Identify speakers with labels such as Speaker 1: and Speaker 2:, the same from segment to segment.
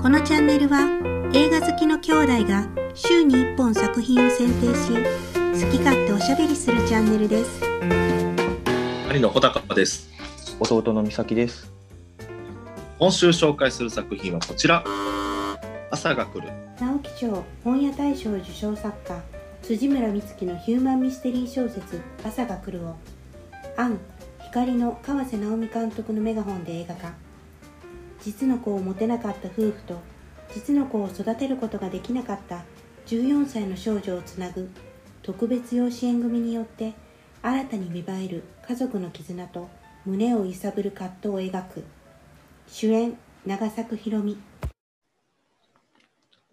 Speaker 1: このチャンネルは映画好きの兄弟が週に1本作品を選定し好き勝手おしゃべりするチャンネルです
Speaker 2: 兄の穂高です
Speaker 3: 弟の美咲です。
Speaker 2: 今週紹介する作品はこちら朝が来る
Speaker 1: 直木賞本屋大賞受賞作家辻村美月のヒューマンミステリー小説「朝が来る」を「アン光の川瀬直美監督のメガホンで映画化実の子を持てなかった夫婦と実の子を育てることができなかった14歳の少女をつなぐ特別養子縁組によって新たに芽生える家族の絆と胸を揺さぶる葛藤を描く主演長作ひろみ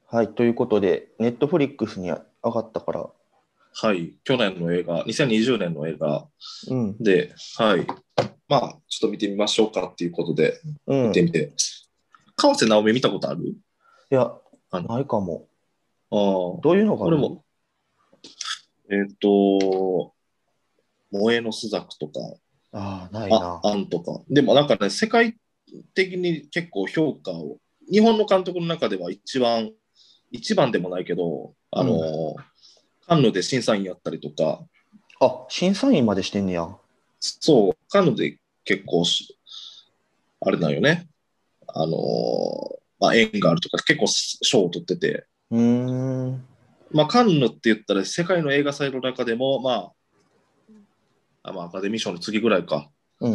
Speaker 3: はい、ということで、ネットフリックスに上がったから、
Speaker 2: はい去年の映画2020年の映画
Speaker 3: うん、
Speaker 2: ではいまあちょっと見てみましょうかっていうことで
Speaker 3: うん、
Speaker 2: 見て
Speaker 3: い
Speaker 2: みて、川瀬直美見たことある
Speaker 3: や、
Speaker 2: あの
Speaker 3: ないかも。
Speaker 2: ああ
Speaker 3: どういうのがあ
Speaker 2: 俺
Speaker 3: る
Speaker 2: もえっ、と「萌えの朱雀」とか
Speaker 3: ああ、ない
Speaker 2: あ
Speaker 3: な。
Speaker 2: アンとか。でもなんかね、世界的に結構評価を、日本の監督の中では一番、一番でもないけど、あの、カンヌで審査員やったりとか、
Speaker 3: あ、審査員までしてんねや。
Speaker 2: そう、カンヌで結構し、あれなんよね、あの、まあ、縁があるとか、結構賞を取ってて、
Speaker 3: うーん、
Speaker 2: まあ、カンヌって言ったら世界の映画祭の中でも、まあ、あまあ、アカデミー賞の次ぐらいか、
Speaker 3: うん、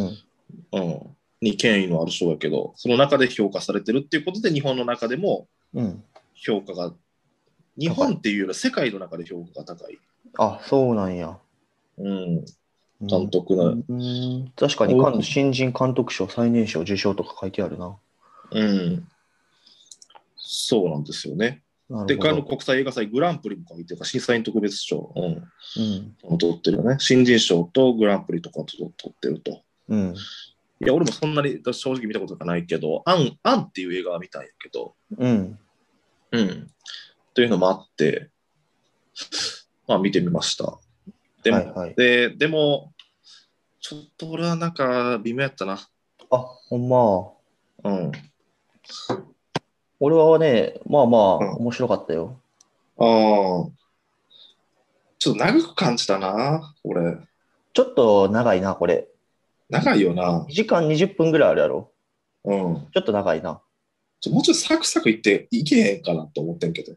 Speaker 2: うん、に権威のある賞やけど、その中で評価されてるっていうことで、日本の中でも
Speaker 3: うん。
Speaker 2: 評価が、日本っていうよりは世界の中で評価が高い、
Speaker 3: あ、そうなんや。
Speaker 2: うん、
Speaker 3: うん
Speaker 2: 監督の、うん
Speaker 3: うん、確かに、カンヌ新人監督賞最年少受賞とか書いてあるな。
Speaker 2: そうなんですよね。
Speaker 3: なる
Speaker 2: で、
Speaker 3: ほ
Speaker 2: カンヌ
Speaker 3: ど。
Speaker 2: 国際映画祭グランプリも書いてるから、審査員特別賞、う
Speaker 3: うん、
Speaker 2: ん、取ってるよね。新人賞とグランプリとか取ってると。
Speaker 3: うん、
Speaker 2: いや、俺もそんなに正直見たことがないけど、アン、アンっていう映画は見たんやけど、
Speaker 3: うん。
Speaker 2: うん。というのもあって、まあ見てみました。でも、
Speaker 3: はいはい
Speaker 2: ででも、ちょっと俺はなんか微妙やったな。
Speaker 3: あ、ほんま。
Speaker 2: うん。
Speaker 3: 俺はね、まあまあ、
Speaker 2: うん
Speaker 3: 面白かったよ。
Speaker 2: あーちょっと長く感じたな、俺。
Speaker 3: ちょっと長いな、これ。
Speaker 2: 長いよな。
Speaker 3: 時間20分ぐらいあるやろ。
Speaker 2: うん。
Speaker 3: ちょっと長いな。
Speaker 2: ちょもうちょっとサクサクいっていけへんかなと思ってんけど。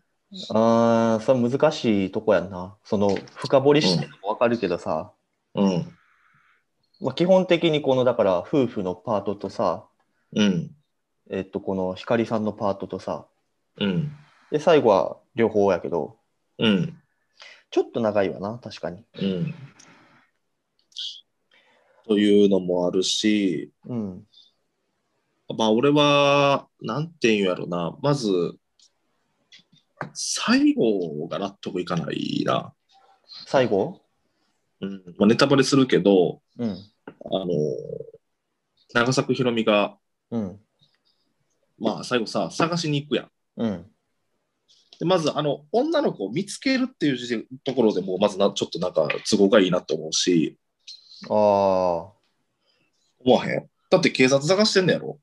Speaker 3: ああ、それ難しいとこやんな。その、深掘りしてもわかるけどさ、
Speaker 2: うん。
Speaker 3: まあ、基本的にこの、だから、夫婦のパートとさ、
Speaker 2: うん。
Speaker 3: えっと、この、光さんのパートとさ、
Speaker 2: うん。
Speaker 3: で、最後は両方やけど、
Speaker 2: うん。
Speaker 3: ちょっと長いわな、確かに。
Speaker 2: うん。というのもあるし、
Speaker 3: うん、
Speaker 2: まあ、俺は、なんていうんやろな、まず、最後が納得いかないな。
Speaker 3: 最後
Speaker 2: うんまあ、ネタバレするけど、
Speaker 3: うん、
Speaker 2: あの、長作ひろみが、
Speaker 3: うん、
Speaker 2: まあ、最後さ、探しに行くやん。
Speaker 3: うん、
Speaker 2: でまず、あの、女の子を見つけるっていう時ところでもう、まずな、ちょっとなんか、都合がいいなと思うし、
Speaker 3: あ
Speaker 2: 思わへん。だって警察探してんのやろ。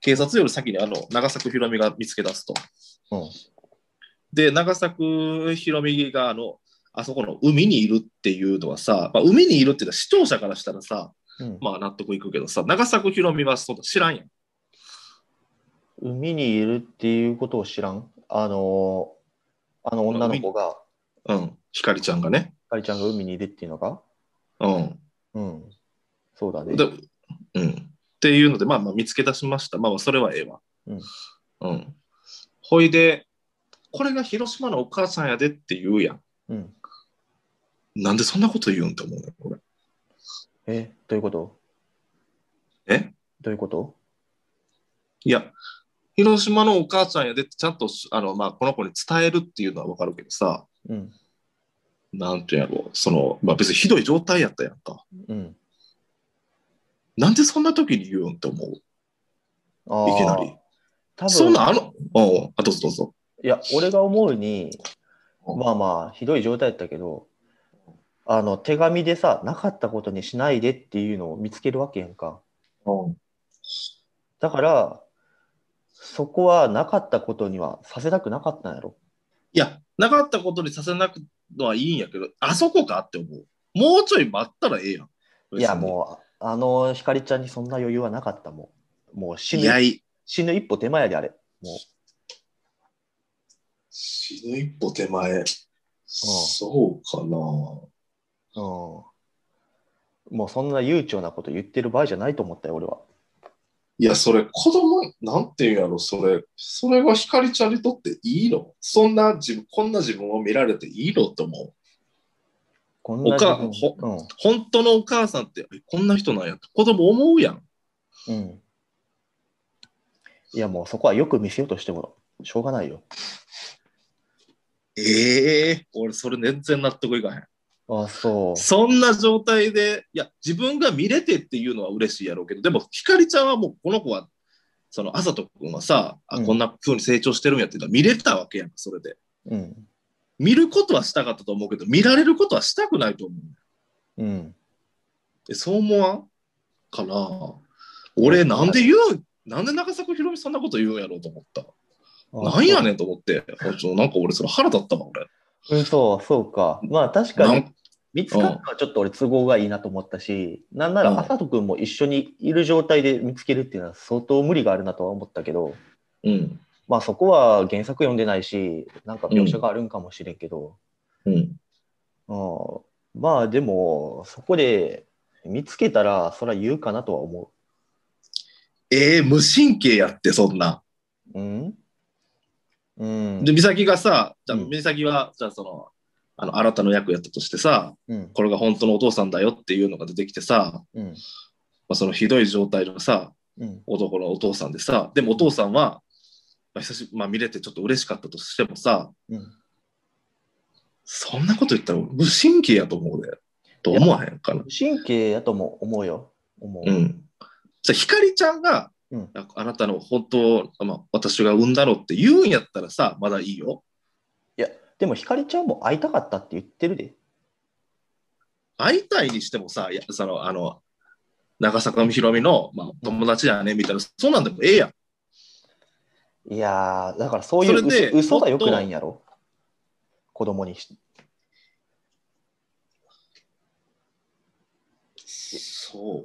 Speaker 2: 警察より先に、あの、長作ひろみが見つけ出すと。
Speaker 3: あ、うん、
Speaker 2: で、長作ひろみがあの、あそこの海にいるっていうのはさ、まあ、海にいるっていうのは視聴者からしたらさ、
Speaker 3: うん。
Speaker 2: まあ納得いくけどさ、長作ひろみはそんな知らんやん。
Speaker 3: 海にいるっていうことを知らんあのー、あの女の子が、
Speaker 2: うん。ひかりちゃんがね。
Speaker 3: ひかりちゃんが海にいるっていうのが
Speaker 2: うん。
Speaker 3: うん、そうだね。
Speaker 2: で、うん。っていうので、まあまあ見つけ出しました。まあまあそれはええわ。
Speaker 3: うん。
Speaker 2: うん。ほいで、これが広島のお母さんやでって言うやん。
Speaker 3: うん、
Speaker 2: なんでそんなこと言うんって思うねんこれ。
Speaker 3: え、どういうこと
Speaker 2: え
Speaker 3: どういうこと
Speaker 2: いや、広島のお母さんやでってちゃんとあの、まあ、この子に伝えるっていうのはわかるけどさ、
Speaker 3: うん、
Speaker 2: なんていうんやろう、その、まあ、別にひどい状態やったやんか。
Speaker 3: うん。
Speaker 2: なんでそんな時に言うんって思う
Speaker 3: あー
Speaker 2: いきなり。
Speaker 3: 多分
Speaker 2: そんなんあの、うんうん、あ、どうぞどうぞ。
Speaker 3: いや、俺が思うに、
Speaker 2: うん
Speaker 3: まあまあ、ひどい状態だったけど、あの、手紙でさ、なかったことにしないでっていうのを見つけるわけやんか。
Speaker 2: うん
Speaker 3: だから、そこはなかったことにはさせたくなかったんやろ。
Speaker 2: いや、なかったことにさせなくのはいいんやけど、あそこかって思う。もうちょい待ったらええやん。
Speaker 3: いや、もう、あの、ひかりちゃんにそんな余裕はなかったもん。もう死
Speaker 2: いや
Speaker 3: ぬ、
Speaker 2: い、
Speaker 3: 死ぬ一歩手前やで、あれ。も
Speaker 2: 死ぬ一歩手前。そうかな。
Speaker 3: う、うん。もうそんな悠長なこと言ってる場合じゃないと思ったよ、俺は。
Speaker 2: いや、それ、子供、なんていうんやろ、それ、それがひかりちゃんにとっていいのそんな自分、こんな自分を見られていいのと思う。
Speaker 3: こんな自分
Speaker 2: お本当のお母さんって、えこんな人なんやって子供思うやん。
Speaker 3: うん。うん。いや、もうそこはよく見せようとしても、しょうがないよ。
Speaker 2: ええ俺、それ全然納得いかへん。
Speaker 3: あ、そう。
Speaker 2: そんな状態で、いや、自分が見れてっていうのは嬉しいやろうけど、でも、ひかりちゃんはもう、この子は、その、あさとくんはさ、あ
Speaker 3: うん
Speaker 2: こんな風に成長してるんやって言ったら見れたわけやん、それで。
Speaker 3: うん。
Speaker 2: 見ることはしたかったと思うけど、見られることはしたくないと思う。
Speaker 3: うん。
Speaker 2: え、そう思わんかな俺、なんで言うん、なんで長作ひろみそんなこと言うんやろうと思った。なんやねんと思って、あちょなんか俺、それ腹立ったわ、俺。
Speaker 3: うん、そう、そうか。まあ確か
Speaker 2: な
Speaker 3: に
Speaker 2: ん、
Speaker 3: 見つかるのはちょっと俺都合がいいなと思ったし、なんなら
Speaker 2: うん
Speaker 3: あさとくんも一緒にいる状態で見つけるっていうのは相当無理があるなとは思ったけど、
Speaker 2: うん。
Speaker 3: まあそこは原作読んでないし、なんか描写があるんかもしれんけど、
Speaker 2: うん。
Speaker 3: うん、まあでも、そこで見つけたら、それは言うかなとは思
Speaker 2: えー、無神経やって、そんな。
Speaker 3: う。うんうん。
Speaker 2: で、美咲がさ、じゃあ
Speaker 3: うん
Speaker 2: 美咲は、じゃあその、あの、新たな役やったとしてさ、
Speaker 3: うん。
Speaker 2: これが本当のお父さんだよっていうのが出てきてさ、
Speaker 3: うん。
Speaker 2: まあ、そのひどい状態のさ、
Speaker 3: うん。
Speaker 2: 男のお父さんでさ、でもお父さんは、まあ、久しまあ、見れてちょっと嬉しかったとしてもさ、
Speaker 3: うん。
Speaker 2: そんなこと言ったら無神経やと思うで、と思わへんかな
Speaker 3: 無。神経やとも思うよ。思う。
Speaker 2: うん。じゃあ、ひかりちゃんが、
Speaker 3: うん
Speaker 2: ああなたの本当、まあ、私が産んだのって言うんやったらさ、まだいいよ。
Speaker 3: いや、でもひかりちゃんも会いたかったって言ってるで。
Speaker 2: 会いたいにしてもさ、いやその、あの、長坂みひろみの、まあ、友達やねみたいな、そんなんでもええやん。
Speaker 3: いやー、だからそうい
Speaker 2: それで
Speaker 3: う嘘嘘が良
Speaker 2: も
Speaker 3: く
Speaker 2: っと
Speaker 3: ないんやろ。子供にし。
Speaker 2: そ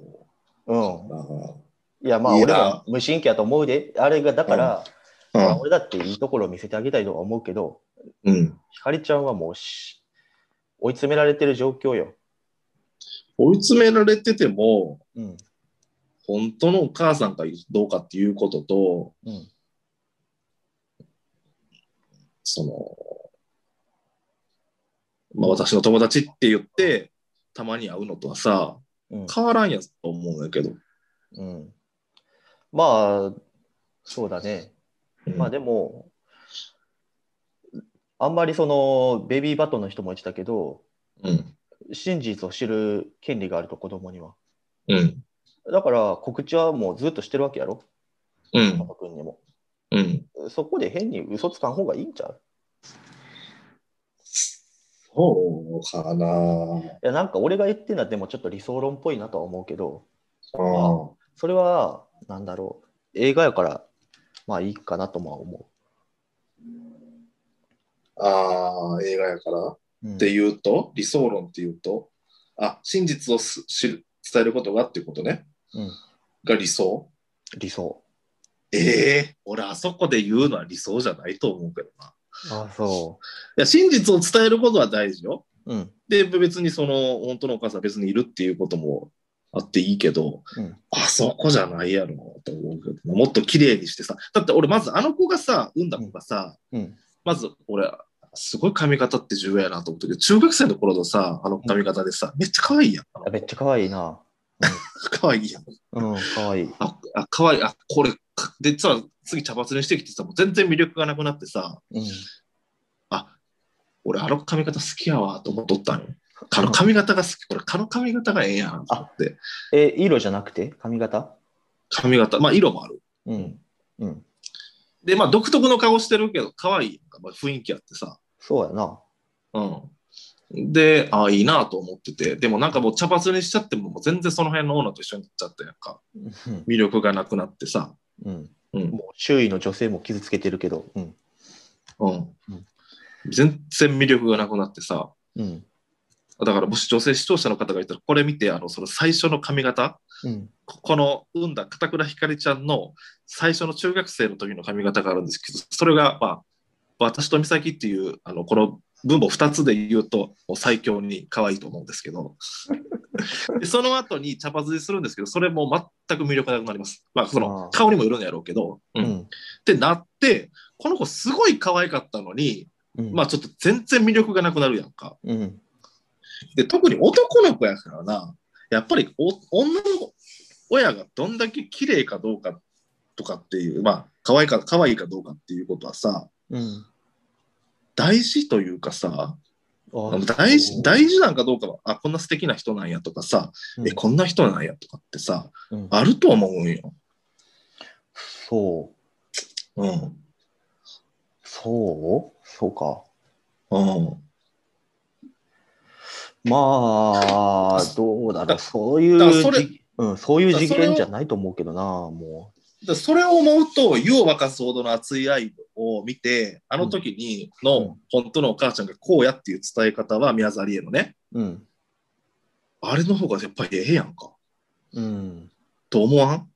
Speaker 2: ううんう
Speaker 3: いや、まあ
Speaker 2: いや
Speaker 3: 俺は無神経やと思うで。あれが、だから、まあ
Speaker 2: ん。
Speaker 3: 俺だっていいところを見せてあげたいとは思うけど、
Speaker 2: うん。
Speaker 3: ひかりちゃんはもうし追い詰められてる状況よ。
Speaker 2: 追い詰められてても、
Speaker 3: うん。
Speaker 2: 本当のお母さんかどうかっていうことと、
Speaker 3: うん。
Speaker 2: その、まあ、私の友達って言って、たまに会うのとはさ、
Speaker 3: うん。
Speaker 2: 変わらんやと思うんやけど。
Speaker 3: うん、まあ、そうだね。まあ
Speaker 2: で
Speaker 3: でも、あんまりその、ベビーバトンの人も言ってたけど、
Speaker 2: うん。
Speaker 3: 真実を知る権利があると子供には。
Speaker 2: うん。
Speaker 3: だから告知はもうずっとしてるわけやろ、
Speaker 2: う
Speaker 3: パ
Speaker 2: ん。
Speaker 3: パ君にも。
Speaker 2: うん。
Speaker 3: そこで変に嘘つかん方がいいんちゃう
Speaker 2: そうかなぁ。
Speaker 3: いや、なんか俺が言ってるのはでもちょっと理想論っぽいなとは思うけど、
Speaker 2: あ
Speaker 3: それは、なんだろう、映画やから、まあいいかなとも思
Speaker 2: あー、映画やから。
Speaker 3: う。うん
Speaker 2: っていうと、理想論っていうと、あ、真実をす知る伝えることがっていうことね。
Speaker 3: うん
Speaker 2: が理想。
Speaker 3: 理想。
Speaker 2: ええ俺あそこで言うのは理想じゃないと思うけどな。
Speaker 3: あ、そ
Speaker 2: いや、真実を伝えることは大事よ。
Speaker 3: う。うん。
Speaker 2: で、別にその、本当のお母さんは別にいるっていうこともあっていいけど、
Speaker 3: うん
Speaker 2: あそこじゃないやろと思うけどな、もっと綺麗にしてさ。だって俺まずあの子がさ、産んだ子がさ、
Speaker 3: うん。
Speaker 2: まず俺、すごい髪型って重要やなと思ったけど、中学生の頃のさ、あの髪型でさ、めっちゃ可愛いやん。あの
Speaker 3: あめっちゃ可愛いな。
Speaker 2: 可愛いやん。
Speaker 3: うん、可愛い。
Speaker 2: あ、あ可愛い。あ、これ、かで、実は次茶髪にしてきてさ、もう全然魅力がなくなってさ、
Speaker 3: うん。
Speaker 2: あ、俺あの髪型好きやわと思っとったんよ。あの髪型が好き。これ、あの髪型がええやんと思って。
Speaker 3: え、色じゃなくて髪型
Speaker 2: 髪型、まあ色もある。
Speaker 3: うん。うん。
Speaker 2: で、まあ独特の顔してるけど、可愛いやんか、まあ、雰囲気あってさ。
Speaker 3: そうやな。
Speaker 2: うん。で、あいいなと思ってて、でもなんかもう茶髪にしちゃっても、もう全然その辺のオーナーと一緒になっちゃったやんか。
Speaker 3: うん。
Speaker 2: 魅力がなくなってさ。
Speaker 3: うん。
Speaker 2: うん。
Speaker 3: もう周囲の女性も傷つけてるけど、うん。
Speaker 2: うん。全然魅力がなくなってさ、
Speaker 3: うん。
Speaker 2: だからもし女性視聴者の方がいたら、これ見て、あの、その最初の髪型、
Speaker 3: うん。
Speaker 2: ここの産んだ片倉ひかりちゃんの最初の中学生の時の髪型があるんですけど、それが、まあ、私と美咲っていう、あの、この分母2つで言うと、もう最強に可愛いと思うんですけど、 でその後に茶髪にするんですけど、それも全く魅力なくなります。まあ、そ
Speaker 3: あ
Speaker 2: の、
Speaker 3: ー
Speaker 2: 顔にもよるんやろうけど、う
Speaker 3: うんん。
Speaker 2: ってなって、この子すごい可愛かったのに、
Speaker 3: うん。
Speaker 2: まあちょっと全然魅力がなくなるやんか。
Speaker 3: うん。
Speaker 2: で、特に男の子やからな、やっぱりお女の親がどんだけ綺麗かどうかとかっていう、まあ可愛いか可愛いかどうかっていうことはさ、
Speaker 3: うん。
Speaker 2: 大事というかさ、
Speaker 3: あ
Speaker 2: あの大事大事なんかどうかは、あ、こんな素敵な人なんやとかさ、
Speaker 3: うん
Speaker 2: え、こんな人なんやとかってさ、
Speaker 3: うん
Speaker 2: あると思うんよ。
Speaker 3: そう。
Speaker 2: うん。
Speaker 3: そうそうか。
Speaker 2: うん。
Speaker 3: まあ、どうだろう。そういう
Speaker 2: だからそれ
Speaker 3: じ、うん、そういう次
Speaker 2: だからそれ
Speaker 3: 元
Speaker 2: を
Speaker 3: じゃないと思うけどな、も
Speaker 2: だそれを思うと湯を沸かすほどの熱い愛を見てあの時にの、
Speaker 3: うん
Speaker 2: 本当のお母ちゃんがこうやっていう伝え方は宮沢りえのね
Speaker 3: う。うん。
Speaker 2: あれの方がやっぱりええやんか
Speaker 3: うん。
Speaker 2: と思わん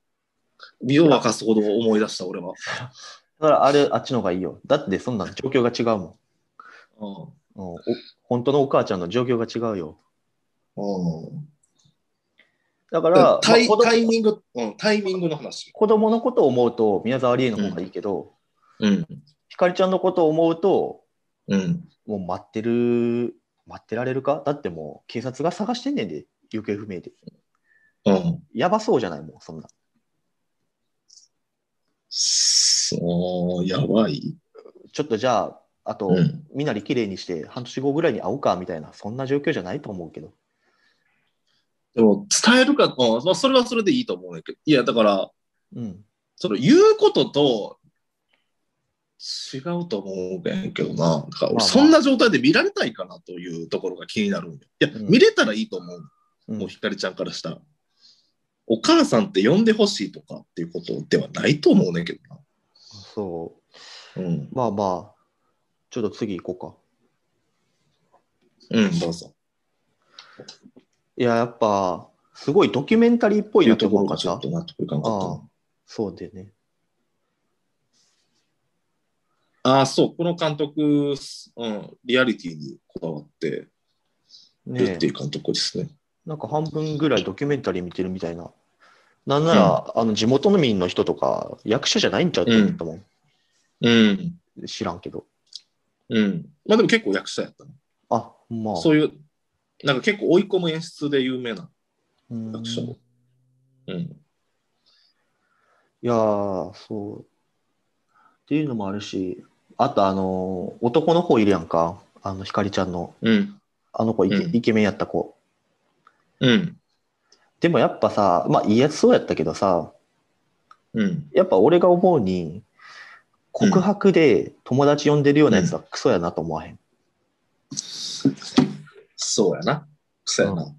Speaker 2: 湯を沸かすほど思い出した俺は、
Speaker 3: だから、あれ、あっちの方がいいよ。だって、そんなん状況が違うもん。
Speaker 2: う
Speaker 3: うんお本当のお母ちゃんの状況が違うよ。
Speaker 2: んうん、
Speaker 3: だ
Speaker 2: だ
Speaker 3: から、
Speaker 2: からタイ
Speaker 3: まあ子供
Speaker 2: タイミング、うん、タイミングの話、
Speaker 3: 子供のことを思うと、宮沢りえの方がいいけど、
Speaker 2: うん
Speaker 3: ひかりちゃんのことを思うと、
Speaker 2: うん、
Speaker 3: もう待ってる、待ってられるかだってもう警察が探してんねんで、行方不明で。
Speaker 2: うん
Speaker 3: やばそうじゃないもん、そんな。
Speaker 2: そうやばい、
Speaker 3: ちょっとじゃあ、あと、
Speaker 2: うん、
Speaker 3: みなり綺麗にして、半年後ぐらいに会おうかみたいな、そんな状況じゃないと思うけど。
Speaker 2: でも伝えるか、うんまあ、それはそれでいいと思うんだけどいやだから
Speaker 3: うん。
Speaker 2: その言うことと違うと思うねんけどな。だから
Speaker 3: まあまあ
Speaker 2: 俺そんな状態で見られたいかなというところが気になるんよいや、
Speaker 3: うん
Speaker 2: 見れたらいいと思う。
Speaker 3: うん
Speaker 2: もうひかりちゃんからしたら。お母さんって呼んでほしいとかっていうことではないと思うねんけどな。
Speaker 3: そ
Speaker 2: うん。
Speaker 3: う。まあまあ、ちょっと次行こうか。
Speaker 2: うん、どうぞ。
Speaker 3: いや、やっぱ、すごいドキュメンタリーっぽ
Speaker 2: と
Speaker 3: い
Speaker 2: いう
Speaker 3: なと
Speaker 2: とこ
Speaker 3: 思
Speaker 2: ろ
Speaker 3: うか
Speaker 2: がちょ
Speaker 3: っ
Speaker 2: ったと。納得いかなかったな。
Speaker 3: そうだよね。
Speaker 2: ああ、そう。この監督、うん、リアリティにこだわってる
Speaker 3: ね
Speaker 2: って
Speaker 3: え
Speaker 2: いう監督ですね。
Speaker 3: なんか半分ぐらいドキュメンタリー見てるみたいな。なんなら、あの地元の民の人とか、役者じゃないんちゃうって思ったもん。
Speaker 2: うん。
Speaker 3: 知らんけど。
Speaker 2: うん。まあでも結構役者やったね。
Speaker 3: あ、まあ。
Speaker 2: そういう、なんか結構追い込む演出で有名な
Speaker 3: うん
Speaker 2: 役者も。うん。
Speaker 3: いやー、そう。っていうのもあるし、あと、あのー男の子いるやんか、あの、ひかりちゃんの、
Speaker 2: うん。
Speaker 3: あの子イケ、
Speaker 2: うん
Speaker 3: イケメンやった子。
Speaker 2: うん。
Speaker 3: でもやっぱさ、まあ、いいやつそうやったけどさ、
Speaker 2: うん。
Speaker 3: やっぱ俺が思うに、告白で友達呼んでるようなやつはクソやなと思わへん。
Speaker 2: そうやな。そうやな。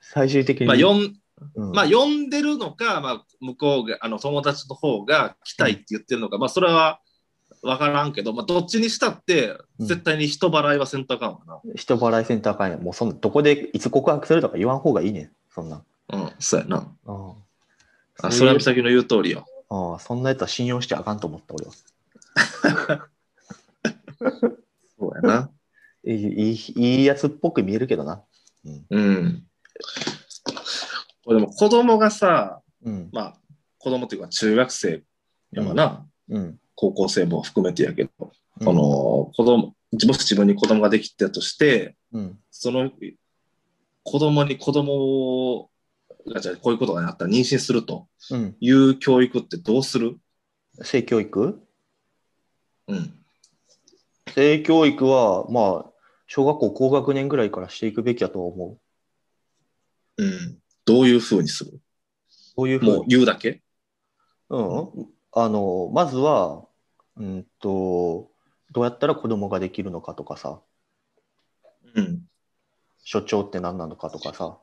Speaker 3: 最終的に。
Speaker 2: まあ、よん、
Speaker 3: うん
Speaker 2: まあ、呼んでるのか、まあ、向こうが、あの、友達の方が来たいって言ってるのか、まあ、それは分からんけど、まあ、どっちにしたって、
Speaker 3: うん
Speaker 2: 絶対に人払いはせんとあかんわ
Speaker 3: 人払いセンターかんやん。もうそんな、どこで、いつ告白するとか言わん方がいいねん。そんな。
Speaker 2: な。うん、そうやな。
Speaker 3: うん。
Speaker 2: あ、
Speaker 3: そういう
Speaker 2: それは美咲の言う通りよ。
Speaker 3: ああ、そんなやつは信用しちゃあかんと思った、俺は。
Speaker 2: そうやな。
Speaker 3: いい、いいいいやつっぽく見えるけどな。
Speaker 2: うん。これでも子供がさ、
Speaker 3: うん。
Speaker 2: まあ、子供っていうか中学生やわな、
Speaker 3: うん。
Speaker 2: 高校生も含めてやけど、
Speaker 3: うん
Speaker 2: この、子供もし自分に子供ができたとして
Speaker 3: うん。
Speaker 2: その子供に子供をがじゃあこういうことがあったら妊娠すると
Speaker 3: うん。
Speaker 2: いう教育ってどうする、
Speaker 3: 性教育
Speaker 2: うん、
Speaker 3: 性教育は、まあ、小学校高学年ぐらいからしていくべきだとは思う。
Speaker 2: うん、どういうふうにする
Speaker 3: そういうふ
Speaker 2: も
Speaker 3: う
Speaker 2: う
Speaker 3: に。
Speaker 2: 言うだけ
Speaker 3: うん。あの、まずは、うんと、どうやったら子供ができるのかとかさ、
Speaker 2: うん
Speaker 3: 所長って何なのかとかさ、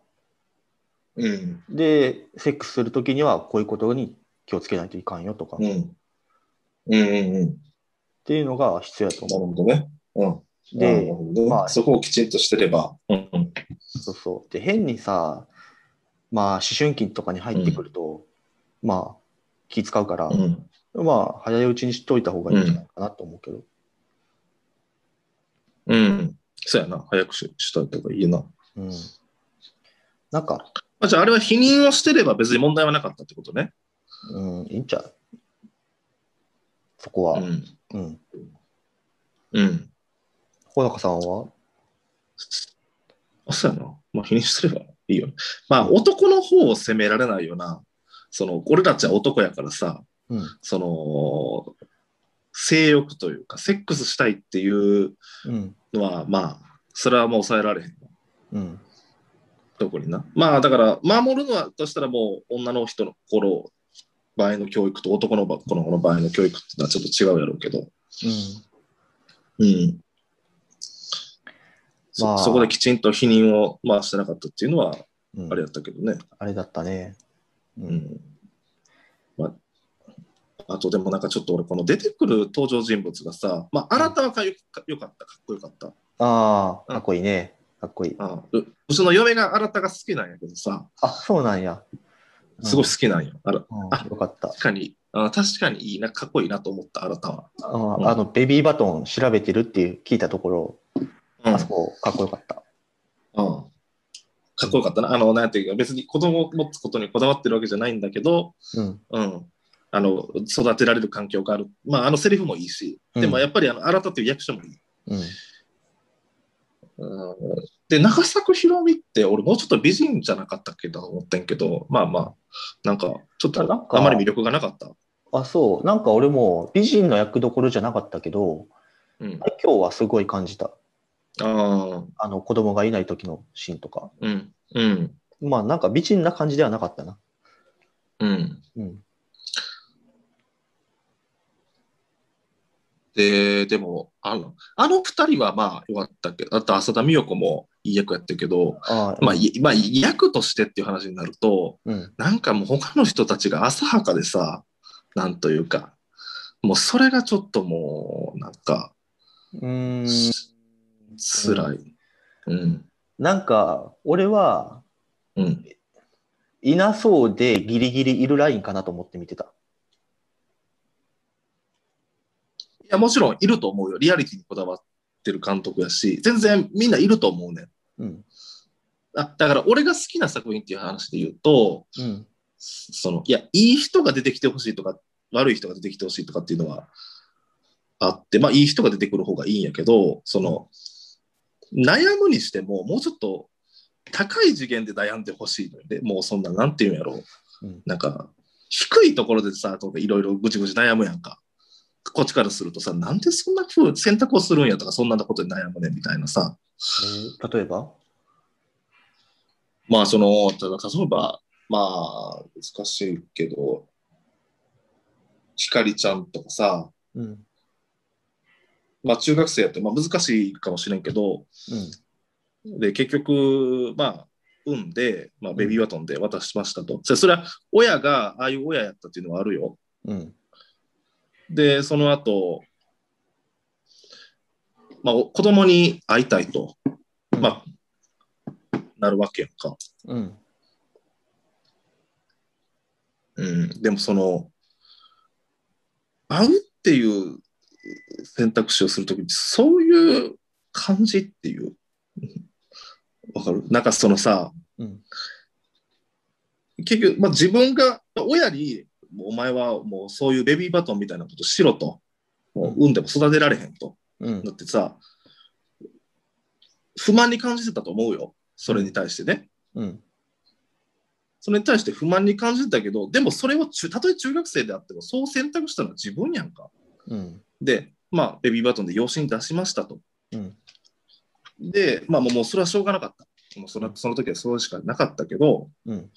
Speaker 2: うん。
Speaker 3: で、セックスするときにはこういうことに気をつけないといかんよとか、
Speaker 2: う
Speaker 3: っ
Speaker 2: ん。うんうんうん。
Speaker 3: ていうのが必要やと
Speaker 2: な
Speaker 3: 思
Speaker 2: るほどね。うん。
Speaker 3: う。
Speaker 2: な
Speaker 3: で
Speaker 2: る、ほどね
Speaker 3: まあ
Speaker 2: そこをきちんとしてれば。うんうん。
Speaker 3: そうそう。で、変にさ、まあ、思春期とかに入ってくると、まあ、気使うから、
Speaker 2: うん
Speaker 3: まあ、早いうちに知っといた方がいいんじゃないかなと思うけど。
Speaker 2: うん。そうやな。早くししたとかいいな。
Speaker 3: うん。なんか、
Speaker 2: あじゃあ、あれは否認をしてれば別に問題はなかったってことね。
Speaker 3: うん、いいんちゃうそこ
Speaker 2: う
Speaker 3: は。
Speaker 2: ん。
Speaker 3: うん。
Speaker 2: うん。
Speaker 3: 穂高さんは
Speaker 2: あそうやな。まあ、否認すればいいよね。まあ、男の方を責められないよな。その、俺たちは男やからさ、
Speaker 3: うん。
Speaker 2: その、性欲というか、セックスしたいっていう
Speaker 3: うん。
Speaker 2: のは、まあ、それはもう抑えられへん。
Speaker 3: うん。
Speaker 2: 特にな。まあだから守るのはとしたらもう女の人の心場合の教育と男の子の場合の教育ってのはちょっと違うやろうけど、
Speaker 3: うん。
Speaker 2: うんそ
Speaker 3: まあ
Speaker 2: そこできちんと否認を、まあ、してなかったっていうのは
Speaker 3: うん、
Speaker 2: あれやったけどね。
Speaker 3: あれだったね。う
Speaker 2: う。んまあ、あとでもなんかちょっと俺この出てくる登場人物がさ、まあ、あなたはかよかよかったかっこよかった
Speaker 3: ああ、かっこいいね。かっこいい。
Speaker 2: あううちの嫁があなたが好きなんやけどさ
Speaker 3: あ、そうなんや。
Speaker 2: すごい好きなんよ、あら
Speaker 3: うん。
Speaker 2: あ
Speaker 3: よかった。
Speaker 2: 確かに、あ確かにいいな、かっこいいなと思った、新たは。
Speaker 3: あ
Speaker 2: うん
Speaker 3: あの、ベビーバトン調べてるっていう聞いたところ、
Speaker 2: うん
Speaker 3: あそこ、かっこよかった。
Speaker 2: かっこよかったな。あの、なんていうか、別に子供を持つことにこだわってるわけじゃないんだけど、
Speaker 3: うん。
Speaker 2: うん。あの、育てられる環境がある。まあ、あのセリフもいいし、
Speaker 3: うん
Speaker 2: でもやっぱり、あの、新たという役者もいい。
Speaker 3: うん。
Speaker 2: うん、で、長作ひろみって、俺もうちょっと美人じゃなかったっけど、思ってんけど、まあまあ、なんか、ちょっ
Speaker 3: あなん
Speaker 2: と、
Speaker 3: か
Speaker 2: あまり魅力がなかった。
Speaker 3: あ、そう。なんか俺も美人の役どころじゃなかったけど、
Speaker 2: うん。
Speaker 3: 愛嬌はすごい感じた。
Speaker 2: ああ、
Speaker 3: あの、子供がいない時のシーンとか。
Speaker 2: うん、うん、
Speaker 3: まあ、なんか美人な感じではなかったな。
Speaker 2: うん。
Speaker 3: うん。
Speaker 2: で、でも、あの、あの二人はまあ良かったけど、あと浅田美代子もいい役やってるけど、
Speaker 3: あー
Speaker 2: まあ、いまあ、役としてっていう話になると、
Speaker 3: うん。
Speaker 2: なんかもう他の人たちが浅はかでさ、なんというか、もうそれがちょっともう、なんか、
Speaker 3: うーん。
Speaker 2: 辛い。うん、
Speaker 3: なんか、俺は、
Speaker 2: うん。
Speaker 3: いなそうでギリギリいるラインかなと思って見てた。
Speaker 2: いや、もちろんいると思うよ。リアリティにこだわってる監督やし、全然みんないると思うねん。
Speaker 3: うん。
Speaker 2: あだから俺が好きな作品っていう話で言うと、
Speaker 3: うん。
Speaker 2: その、いや、いい人が出てきてほしいとか、悪い人が出てきてほしいとかっていうのはあって、まあ、いい人が出てくる方がいいんやけど、その、悩むにしても、もうちょっと高い次元で悩んでほしいので、もうそんな、なんていうんやろう、
Speaker 3: うん。
Speaker 2: なんか、低いところでさ、とかいろいろぐちぐち悩むやんか。こっちからするとさ、なんでそんな風選択をするんやとか、そんなことで悩むねんみたいなさ。
Speaker 3: えー例えば
Speaker 2: まあ、その、ただ例えば、まあ、難しいけど、ひかりちゃんとかさ、
Speaker 3: うん。
Speaker 2: まあ、中学生やって、まあ、難しいかもしれんけど、
Speaker 3: うん。
Speaker 2: で、結局、まあ、産んで、まあ、ベビーバトンで渡しましたと。それそれは、親が、ああいう親やったっていうのはあるよ。
Speaker 3: うん。
Speaker 2: で、その後、まあ、お子供に会いたいと、まあ、なるわけやんか。
Speaker 3: うん。
Speaker 2: うん、でもその会うっていう選択肢をするときにそういう感じっていううんわかるなんかそのさ
Speaker 3: うん。
Speaker 2: 結局、まあ、自分が親にもうお前はもうそういうベビーバトンみたいなことしろともう産んでも育てられへんと
Speaker 3: うん
Speaker 2: だ。ってさ不満に感じてたと思うよそれに対してね、
Speaker 3: うん。
Speaker 2: それに対して不満に感じてたけどでもそれを中たとえ中学生であってもそう選択したのは自分やんか
Speaker 3: うん。
Speaker 2: で、まあ、ベビーバトンで養子に出しましたと。
Speaker 3: うん。
Speaker 2: で、まあ、もうもうそれはしょうがなかった。もうそのその時はそうしかなかったけど、
Speaker 3: うん。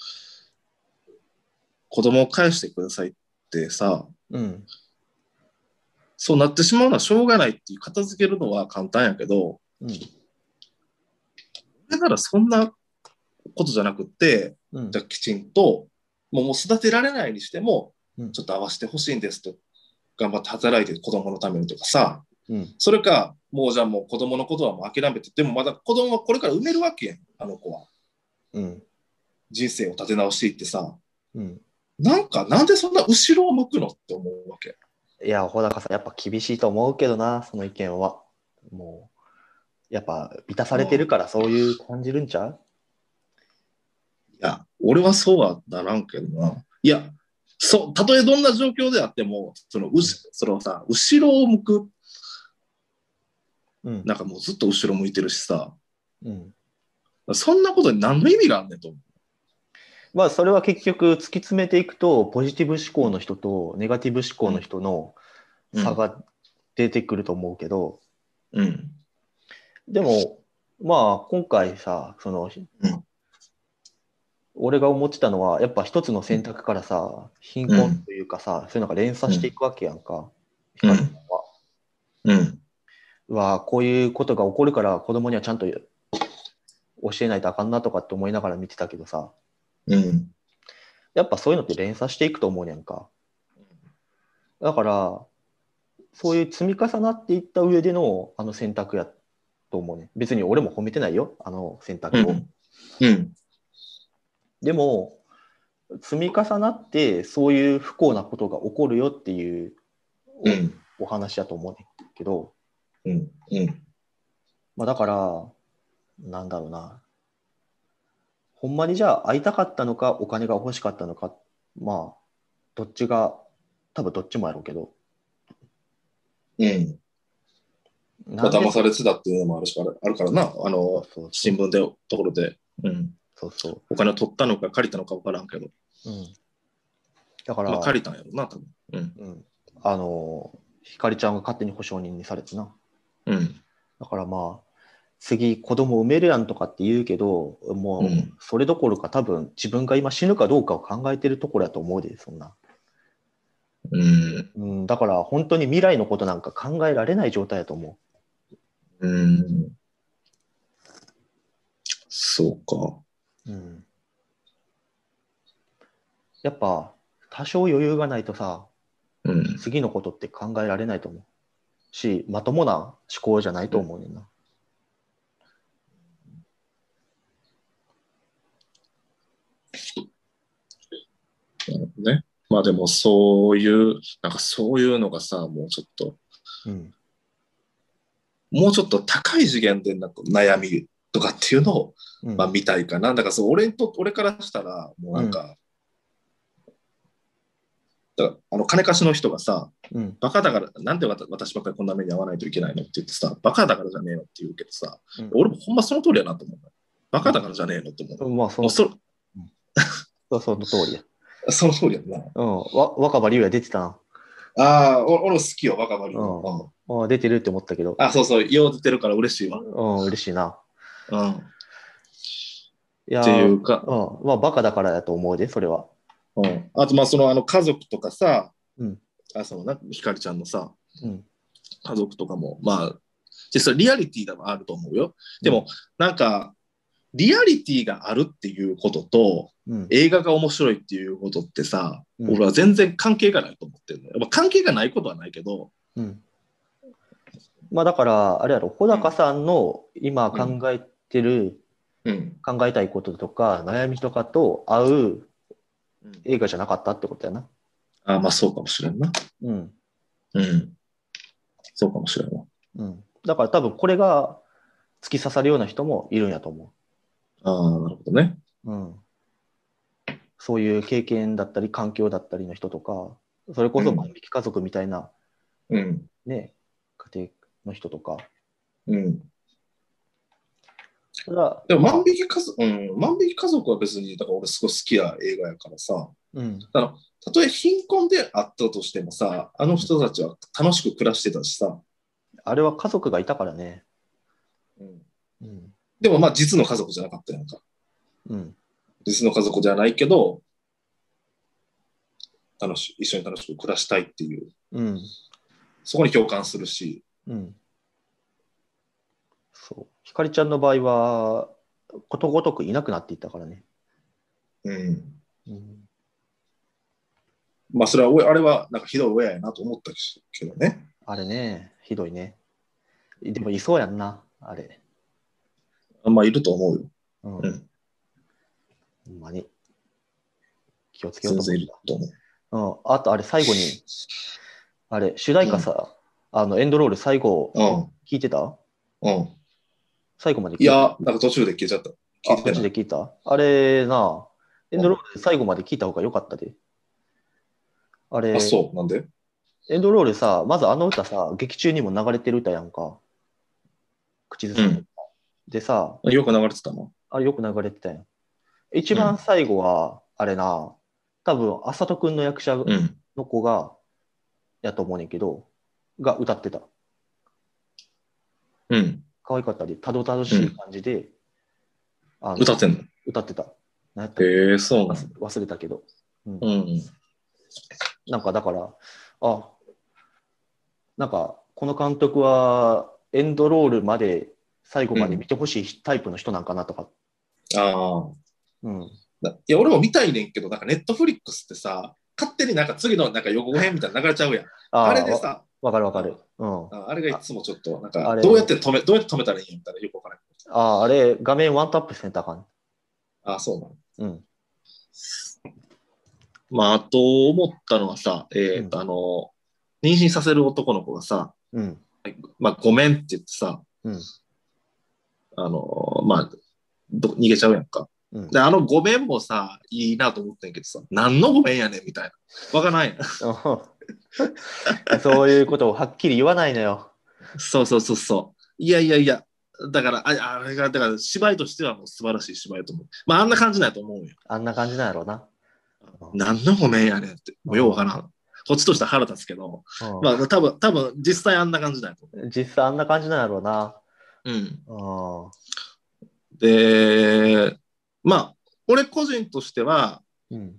Speaker 2: 子供を返してくださいってさ、
Speaker 3: うん。
Speaker 2: そうなってしまうのはしょうがないっていう片付けるのは簡単やけど、
Speaker 3: うん。
Speaker 2: だからそんなことじゃなくって、
Speaker 3: うん
Speaker 2: じゃあきちんと、もうもう育てられないにしても
Speaker 3: うん、
Speaker 2: ちょっと合わせてほしいんですと、頑張って働いて子供のためにとかさ、
Speaker 3: うん、
Speaker 2: それか、もうじゃあもう子供のことはもう諦めて、でもまだ子供はこれから埋めるわけやん、あの子は。
Speaker 3: うん、
Speaker 2: 人生を立て直していってさ、
Speaker 3: うん。
Speaker 2: なんかなんでそんな後ろを向くのって思うわけ。
Speaker 3: いや、穂高さん、やっぱ厳しいと思うけどな、その意見は。もう、やっぱ満たされてるからそういう感じるんちゃう
Speaker 2: いや、俺はそうはならんけどな。いや、そう、たとえどんな状況であっても、その、うしそのさ、後ろを向く、
Speaker 3: うん、
Speaker 2: なんかもうずっと後ろ向いてるしさ、
Speaker 3: うん。
Speaker 2: そんなことに何の意味があんねんと思
Speaker 3: まあ、それは結局突き詰めていくと、ポジティブ思考の人とネガティブ思考の人の
Speaker 2: う。
Speaker 3: 差が出てくると思うけど、
Speaker 2: うん。
Speaker 3: でも、まあ、今回さ、その、
Speaker 2: うん
Speaker 3: 俺が思ってたのは、やっぱ一つの選択からさ、貧困というかさ、そういうのが連鎖していくわけやんか。
Speaker 2: うん
Speaker 3: 光さんは。
Speaker 2: うん。
Speaker 3: うわあこういうことが起こるから子供にはちゃんと教えないとあかんなとかって思いながら見てたけどさ、
Speaker 2: うん。
Speaker 3: やっぱそういうのって連鎖していくと思うねんか。だから、そういう積み重なっていった上でのあの選択やと思うね。別に俺も褒めてないよ、あの選択
Speaker 2: う
Speaker 3: を。
Speaker 2: ん。うん。
Speaker 3: でも積み重なってそういう不幸なことが起こるよっていうお,、
Speaker 2: うん。
Speaker 3: お話だと思うねんけど、
Speaker 2: うん。うん。
Speaker 3: まあ、だからなんだろうなほんまにじゃあ会いたかったのかお金が欲しかったのかまあどっちが多分どっちもやろうけど
Speaker 2: うん。ま
Speaker 3: な
Speaker 2: あ
Speaker 3: んで
Speaker 2: 騙されてたっていうのもあるし、あるあるからな、あの、
Speaker 3: そうそう
Speaker 2: 新聞で、ところで、うん。
Speaker 3: そうそ
Speaker 2: お金を取ったのか借りたのか分からんけど、
Speaker 3: う、うん、だから、
Speaker 2: まあ借りたんやろな、多分。うん。
Speaker 3: うん、あのひかりちゃんが勝手に保証人にされてな
Speaker 2: うん。
Speaker 3: だからまあ次子供産めるやんとかって言うけどもう
Speaker 2: うん
Speaker 3: それどころか多分自分が今死ぬかどうかを考えてるところやと思うでそんな、
Speaker 2: うん。
Speaker 3: うん、だから本当に未来のことなんか考えられない状態やと思
Speaker 2: うん。そうか。
Speaker 3: う、うん、やっぱ多少余裕がないとさ
Speaker 2: うん。
Speaker 3: 次のことって考えられないと思うしまともな思考じゃないと思うねんな、
Speaker 2: なるほどね。まあでもそういう、なんかそういうのがさ、もうちょっと、
Speaker 3: うん
Speaker 2: もうちょっと高い次元でなんか悩みとかっていうのを、
Speaker 3: うん
Speaker 2: まあ見たいかな。だからそう俺にと俺からしたら、もうなんか、だからあの金貸しの人がさ、
Speaker 3: うん
Speaker 2: バカだから、なんでわた私ばっかりこんな目に遭わないといけないのって言ってさ、バカだからじゃねえのって言うけどさ、
Speaker 3: うん
Speaker 2: 俺もほんまその通りやなと思うのよ。バカだからじゃねえのって思う。
Speaker 3: まあそ
Speaker 2: も
Speaker 3: の
Speaker 2: うそ
Speaker 3: その通りや、
Speaker 2: その通りやんな。
Speaker 3: うん、わ若葉龍也出てたな
Speaker 2: ああ、お俺も好きよ、若葉龍
Speaker 3: う
Speaker 2: 吾
Speaker 3: ん
Speaker 2: うん。
Speaker 3: あ出てるって思ったけど、
Speaker 2: あ、そうそう、よう出てるから嬉しいわ。
Speaker 3: うん、嬉しいな。
Speaker 2: うん。っ
Speaker 3: いやー
Speaker 2: ていうか、
Speaker 3: うん、まあ、バカだからやと思うで、それは。
Speaker 2: うん。あと、まあ、その、あの、家族とかさ、
Speaker 3: うん
Speaker 2: あ、そのな、ひかりちゃんのさ、
Speaker 3: うん、
Speaker 2: 家族とかも、まあ、実際リアリティがあると思うよ。でも、なんか、リアリティがあるっていうことと、
Speaker 3: うん、
Speaker 2: 映画が面白いっていうことってさ、
Speaker 3: うん
Speaker 2: 俺は全然関係がないと思ってるのよ。まあ、関係がないことはないけど、
Speaker 3: うん。まあ、だから、あれやろ、穂高さんの今考えてる、
Speaker 2: うん。
Speaker 3: 考えたいこととか、悩みとかと合う
Speaker 2: うん
Speaker 3: 映画じゃなかったってことやな。
Speaker 2: あまあ、そうかもしれんな。
Speaker 3: うん、
Speaker 2: うん。そうかもしれんわ。
Speaker 3: うん。だから、多分これが突き刺さるような人もいるんやと思
Speaker 2: ああ、なるほどね。
Speaker 3: う。うん。そういう経験だったり、環境だったりの人とか、それこそ万引き家族みたいな、
Speaker 2: うん。
Speaker 3: ね、家庭の人とか。
Speaker 2: うん。
Speaker 3: それは
Speaker 2: でも
Speaker 3: まあ
Speaker 2: 万引き家族、うん、万引き家族は別に、だから俺すごい好きな映画やからさ、
Speaker 3: うん、
Speaker 2: たとえ貧困であったとしてもさ、あの人たちは楽しく暮らしてたしさ、
Speaker 3: あれは家族がいたからね。
Speaker 2: うん、
Speaker 3: うん。
Speaker 2: でもまあ実の家族じゃなかったやんか。
Speaker 3: うん。
Speaker 2: 実の家族じゃないけど、楽し一緒に楽しく暮らしたいっていう、
Speaker 3: うん。
Speaker 2: そこに共感するし、
Speaker 3: うん。そう。ひかりちゃんの場合は、ことごとくいなくなっていったからね。
Speaker 2: うん。
Speaker 3: うん、
Speaker 2: まあ、それはお、あれは、なんかひどい親やなと思ったけどね。
Speaker 3: あれね、ひどいね。でもいそうやんな、あれ。
Speaker 2: まあ、いると思うよ。
Speaker 3: うん。
Speaker 2: うん
Speaker 3: ほんまに。気をつけよう
Speaker 2: 全
Speaker 3: と
Speaker 2: 然い
Speaker 3: 思うん
Speaker 2: る
Speaker 3: だ。
Speaker 2: と思う。
Speaker 3: うん、あとあれ最後に、あれ、主題歌さ、あのエンドロール最後、聞いてた
Speaker 2: うん。うん。
Speaker 3: 最後まで聞
Speaker 2: いや、なんか途中で消えちゃった。
Speaker 3: あ、
Speaker 2: 聞いて
Speaker 3: マジ
Speaker 2: ない。
Speaker 3: で聞いたあれな、エンドロール最後まで聞いた方が良かったで。あれ
Speaker 2: あ、、そう、なんで
Speaker 3: エンドロールさ、まずあの歌さ、劇中にも流れてる歌やんか。口ずさみ
Speaker 2: うん
Speaker 3: でさ、
Speaker 2: よく流れてたの
Speaker 3: あれよく流れてたやん。一番最後は、あれな、多分、あさとくんの役者
Speaker 2: うん。
Speaker 3: の子が、やと思うねんけど、が歌ってた。
Speaker 2: うん。
Speaker 3: 可愛かったり、たどたどしい感じで、あの
Speaker 2: 歌ってんの
Speaker 3: 歌ってた。何やったっけ
Speaker 2: へえ、そうなんだ。
Speaker 3: 忘れたけど。うん
Speaker 2: うん。
Speaker 3: なんかだから、あ、なんかこの監督はエンドロールまで最後まで見てほしいタイプの人なんかなとか、
Speaker 2: ああ。
Speaker 3: うん、
Speaker 2: ないや、俺も見たいねんけど、なんかネットフリックスってさ、勝手になんか次のなんか予告編みたいなの流れちゃうやん。
Speaker 3: あ
Speaker 2: あ
Speaker 3: ー
Speaker 2: れでさ、
Speaker 3: わわかるわかる。うん、あ
Speaker 2: ああれがいつもちょっと、なん
Speaker 3: あ
Speaker 2: か、
Speaker 3: れ
Speaker 2: どうやって止め、どうやって止めたらいいんやみたいな、よくわからん。
Speaker 3: あー、あれ、画面ワンタップせんとあかん。
Speaker 2: ああ、そうなの。
Speaker 3: うん、
Speaker 2: まあ、あと思ったのはさ、えーっと、
Speaker 3: うん
Speaker 2: あの、妊娠させる男の子がさ、
Speaker 3: うん、
Speaker 2: まあ、ごめんって言ってさ、
Speaker 3: うん、
Speaker 2: あの、まあ、ど逃げちゃうやんか。
Speaker 3: うん
Speaker 2: で、。あのごめんもさ、いいなと思ってんけどさ、何のごめんやねんみたいな。わかんないやん。
Speaker 3: そういうことをはっきり言わないのよ。
Speaker 2: そうそうそうそう。いやいやいや。だから、ああれが、だから芝居としてはもう素晴らしい芝居やと思う。まあ、あんな感じなんやと思うんよ。
Speaker 3: あんな感じなんやろうな。うん
Speaker 2: 何のごめんやねんって。もうようわからん。こっちとしては腹立つけど、
Speaker 3: うん
Speaker 2: まあ、多分多分実際あんな感じなんやと思
Speaker 3: 実際あんな感じなんやろうな。
Speaker 2: う。うん。
Speaker 3: うん
Speaker 2: で、まあ、俺個人としては、
Speaker 3: うん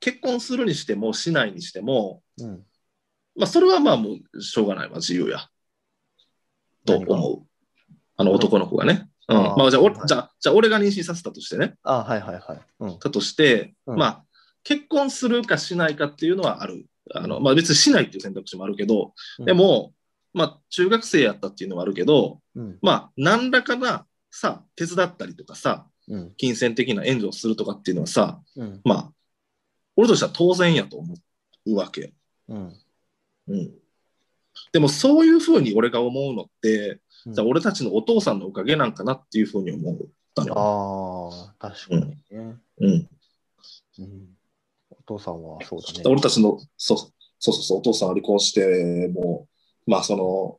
Speaker 2: 結婚するにしても、しないにしても、
Speaker 3: うん、
Speaker 2: まあ、それはまあ、もう、しょうがないわ、自由や。と
Speaker 3: 何が
Speaker 2: 思う。あの、男の子がね。うん。
Speaker 3: あー
Speaker 2: まあ、じゃあ、俺
Speaker 3: はい
Speaker 2: じゃあ、じゃあ俺が妊娠させたとしてね。
Speaker 3: あはいはいはい。う
Speaker 2: だ
Speaker 3: ん
Speaker 2: として、
Speaker 3: うん
Speaker 2: まあ結婚するかしないかっていうのはあるあの、まあ、別にしないっていう選択肢もあるけど、
Speaker 3: うん
Speaker 2: でも、まあ、中学生やったっていうのはあるけど、
Speaker 3: うん
Speaker 2: まあ、何らかなさ手伝ったりとかさ
Speaker 3: うん
Speaker 2: 金銭的な援助をするとかっていうのはさ
Speaker 3: うん
Speaker 2: まあ俺としては当然やと思うわけ、
Speaker 3: うん
Speaker 2: うん、でもそういうふうに俺が思うのって、
Speaker 3: うん
Speaker 2: じゃあ俺たちのお父さんのおかげなんかなっていうふうに思ったのよ、
Speaker 3: ああ、確かにね、
Speaker 2: うん、
Speaker 3: うん。お父さんはそうだね。
Speaker 2: 俺たちの、そうそうそうそう、お父さんは離婚して、もう、まあその、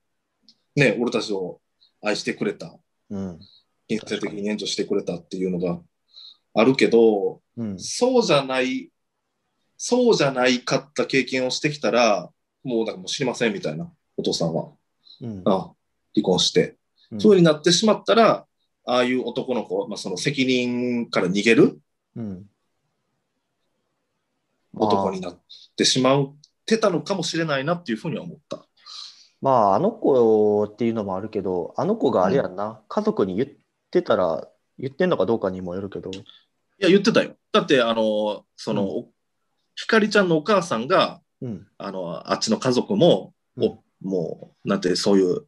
Speaker 2: ね、俺たちを愛してくれた、
Speaker 3: うん。
Speaker 2: 金銭的に援助してくれたっていうのがあるけど、
Speaker 3: うん。
Speaker 2: そうじゃない、そうじゃないかった経験をしてきたら、もうなんかもう知りませんみたいな、お父さんは。
Speaker 3: うん
Speaker 2: あ離婚して。
Speaker 3: うん
Speaker 2: そういうふうになってしまったら、ああいう男の子、まあ、その責任から逃げる
Speaker 3: うん。
Speaker 2: 男に
Speaker 3: まあ
Speaker 2: なってしまってたのかもしれないなっていうふうには思った。
Speaker 3: まあ、あの子っていうのもあるけど、あの子があれやんな、家族に言ってたら、言ってんのかどうかにもよるけど、
Speaker 2: いや、言ってたよ。だって、あの、その、
Speaker 3: うん
Speaker 2: おひかりちゃんのお母さんが、
Speaker 3: うん。
Speaker 2: あの、あっちの家族も、おもう、なんて、そういう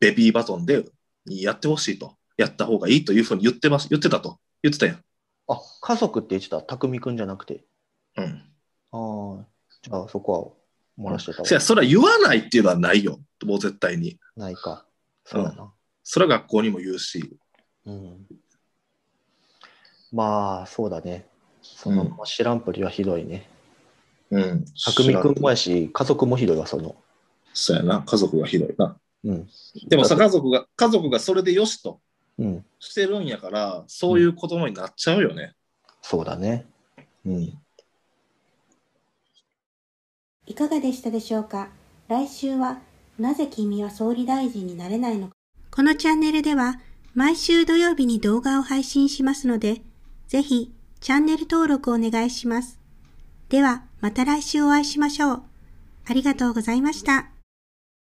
Speaker 2: ベビーバトンでやってほしいと、やった方がいいというふうに言ってます、言ってたと、言ってたやん。
Speaker 3: あ、家族って言ってた、匠くんじゃなくて。
Speaker 2: うん。
Speaker 3: ああ、じゃあそこは漏らしてたわ
Speaker 2: いや、それは言わないっていうのはないよ。もう絶対に。
Speaker 3: ないか。そうやな。
Speaker 2: それは学校にも言うし。
Speaker 3: うんまあそうだね。そのまま知らんぷりはひどいね。
Speaker 2: うん。
Speaker 3: 匠くんも
Speaker 2: や。
Speaker 3: やし、家族もひどいわ、その。
Speaker 2: そうやな。家族がひどいな。
Speaker 3: うん。
Speaker 2: でもさ、家族が、家族がそれでよしと
Speaker 3: うん。
Speaker 2: してるんやから、そういう子供になっちゃうよね。
Speaker 3: そうだね。うん。
Speaker 1: いかがでしたでしょうか来週は、なぜ君は総理大臣になれないのかこのチャンネルでは、毎週土曜日に動画を配信しますので、ぜひ、チャンネル登録お願いします。では、また来週お会いしましょう。ありがとうございました。